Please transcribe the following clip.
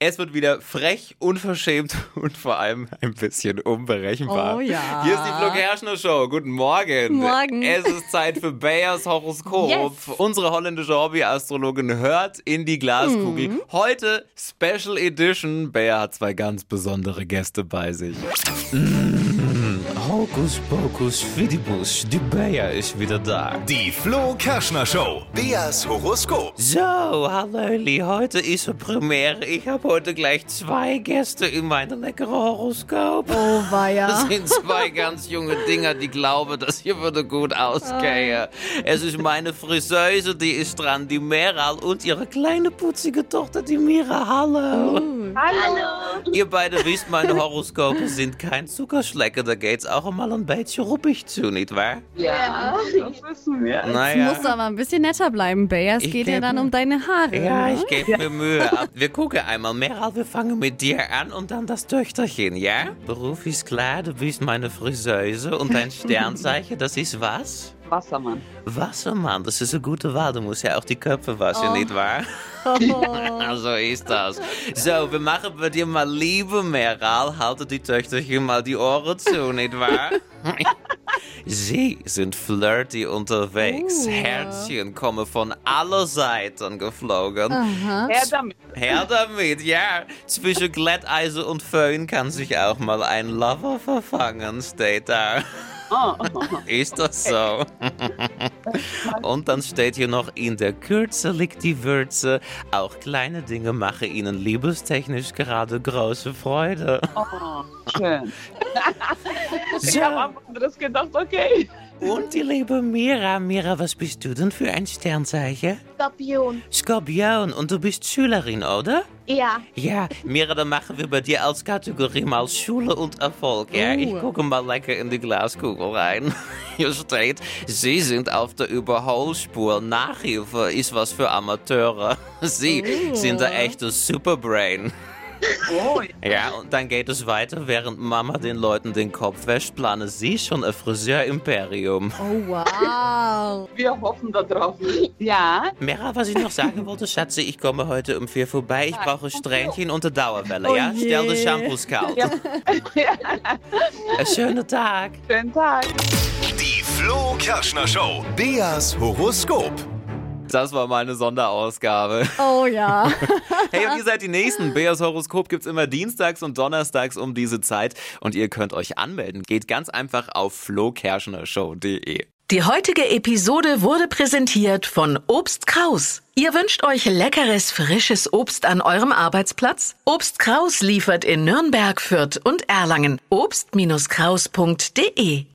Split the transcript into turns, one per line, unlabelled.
Es wird wieder frech, unverschämt und vor allem ein bisschen unberechenbar.
Oh ja.
Hier ist die Flo Kerschner Show. Guten Morgen.
Morgen.
Es ist Zeit für Bayers Horoskop.
Yes.
Unsere holländische Hobbyastrologin hört in die Glaskugel.
Mhm.
Heute Special Edition. Bayer hat zwei ganz besondere Gäste bei sich.
Mm. Hokus Pokus Fidibus, die Bayer ist wieder da.
Die Flo Kerschner Show. Beas Horoskop.
So, Hallöli, heute ist eine Premiere. Ich habe heute gleich zwei Gäste in meinem leckeren Horoskop.
Oh
Das
weia.
sind zwei ganz junge Dinger, die glauben, das hier würde gut ausgehen.
Ah.
Es ist meine Friseuse, die ist dran, die Meral, und ihre kleine putzige Tochter, die Mira. Hallo.
Hm.
Ihr beide wisst, meine Horoskope sind kein Zuckerschlecken. Da geht's auch mal ein bisschen ruppig zu, nicht wahr?
Ja, das wissen wir.
Naja.
Musst aber ein bisschen netter bleiben, Bay. Es
Ich
geht ja
geb
dann
mir-
um deine Haare.
Mhm. Ja, ich gebe mir Mühe. Wir gucken einmal. Meral, wir fangen mit dir an und dann das Töchterchen, ja? Beruf ist klar, du bist meine Friseuse und dein Sternzeichen, das ist was?
Wassermann.
Wassermann, das ist eine gute Wahl. Du musst ja auch die Köpfe waschen, nicht wahr? so ist das. So, wir machen bei dir mal Liebe, Meral. Haltet die Töchterchen mal die Ohren zu, nicht wahr? Sie sind flirty unterwegs. Herzchen kommen von aller Seiten geflogen.
Her damit.
Her damit, ja. Zwischen Glätteisen und Föhn kann sich auch mal ein Lover verfangen, steht da.
Oh.
Ist das so? Und dann steht hier noch, in der Kürze liegt die Würze. Auch kleine Dinge machen Ihnen liebestechnisch gerade große Freude.
oh, schön. Ich
So,
habe an was anderes gedacht, okay.
und die liebe Mira. Mira, was bist du denn für ein Sternzeichen?
Skorpion.
Skorpion, und du bist Schülerin, oder?
Ja.
Ja, Mira, dann machen wir bei dir als Kategorie mal Schule und Erfolg. Ja, ich gucke mal lecker in die Glaskugel rein. Hier steht, Sie sind auf der Überholspur. Nachhilfe ist was für Amateure. Sie sind der echte Superbrain.
Oh,
Ja, und dann geht es weiter, während Mama den Leuten den Kopf wäscht, plane Sie schon ein Friseur-Imperium.
Oh wow.
wir hoffen da drauf. Ja,
Mera, was ich noch sagen wollte, Schatze, ich komme heute um vier vorbei. Ich brauche Strähnchen und eine Dauerwelle,
Oh
ja?
je.
Stell die Shampoos kalt. Einen schönen Tag.
schönen Tag.
Die Flo Kerschner Show. Beas Horoskop.
Das war meine Sonderausgabe.
Oh ja.
Hey, und ihr seid die Nächsten. Beas Horoskop gibt's immer dienstags und donnerstags um diese Zeit. Und ihr könnt euch anmelden. Geht ganz einfach auf flokerschnershow.de.
Die heutige Episode wurde präsentiert von Obst Kraus. Ihr wünscht euch leckeres, frisches Obst an eurem Arbeitsplatz? Obst Kraus liefert in Nürnberg, Fürth und Erlangen. Obst-Kraus.de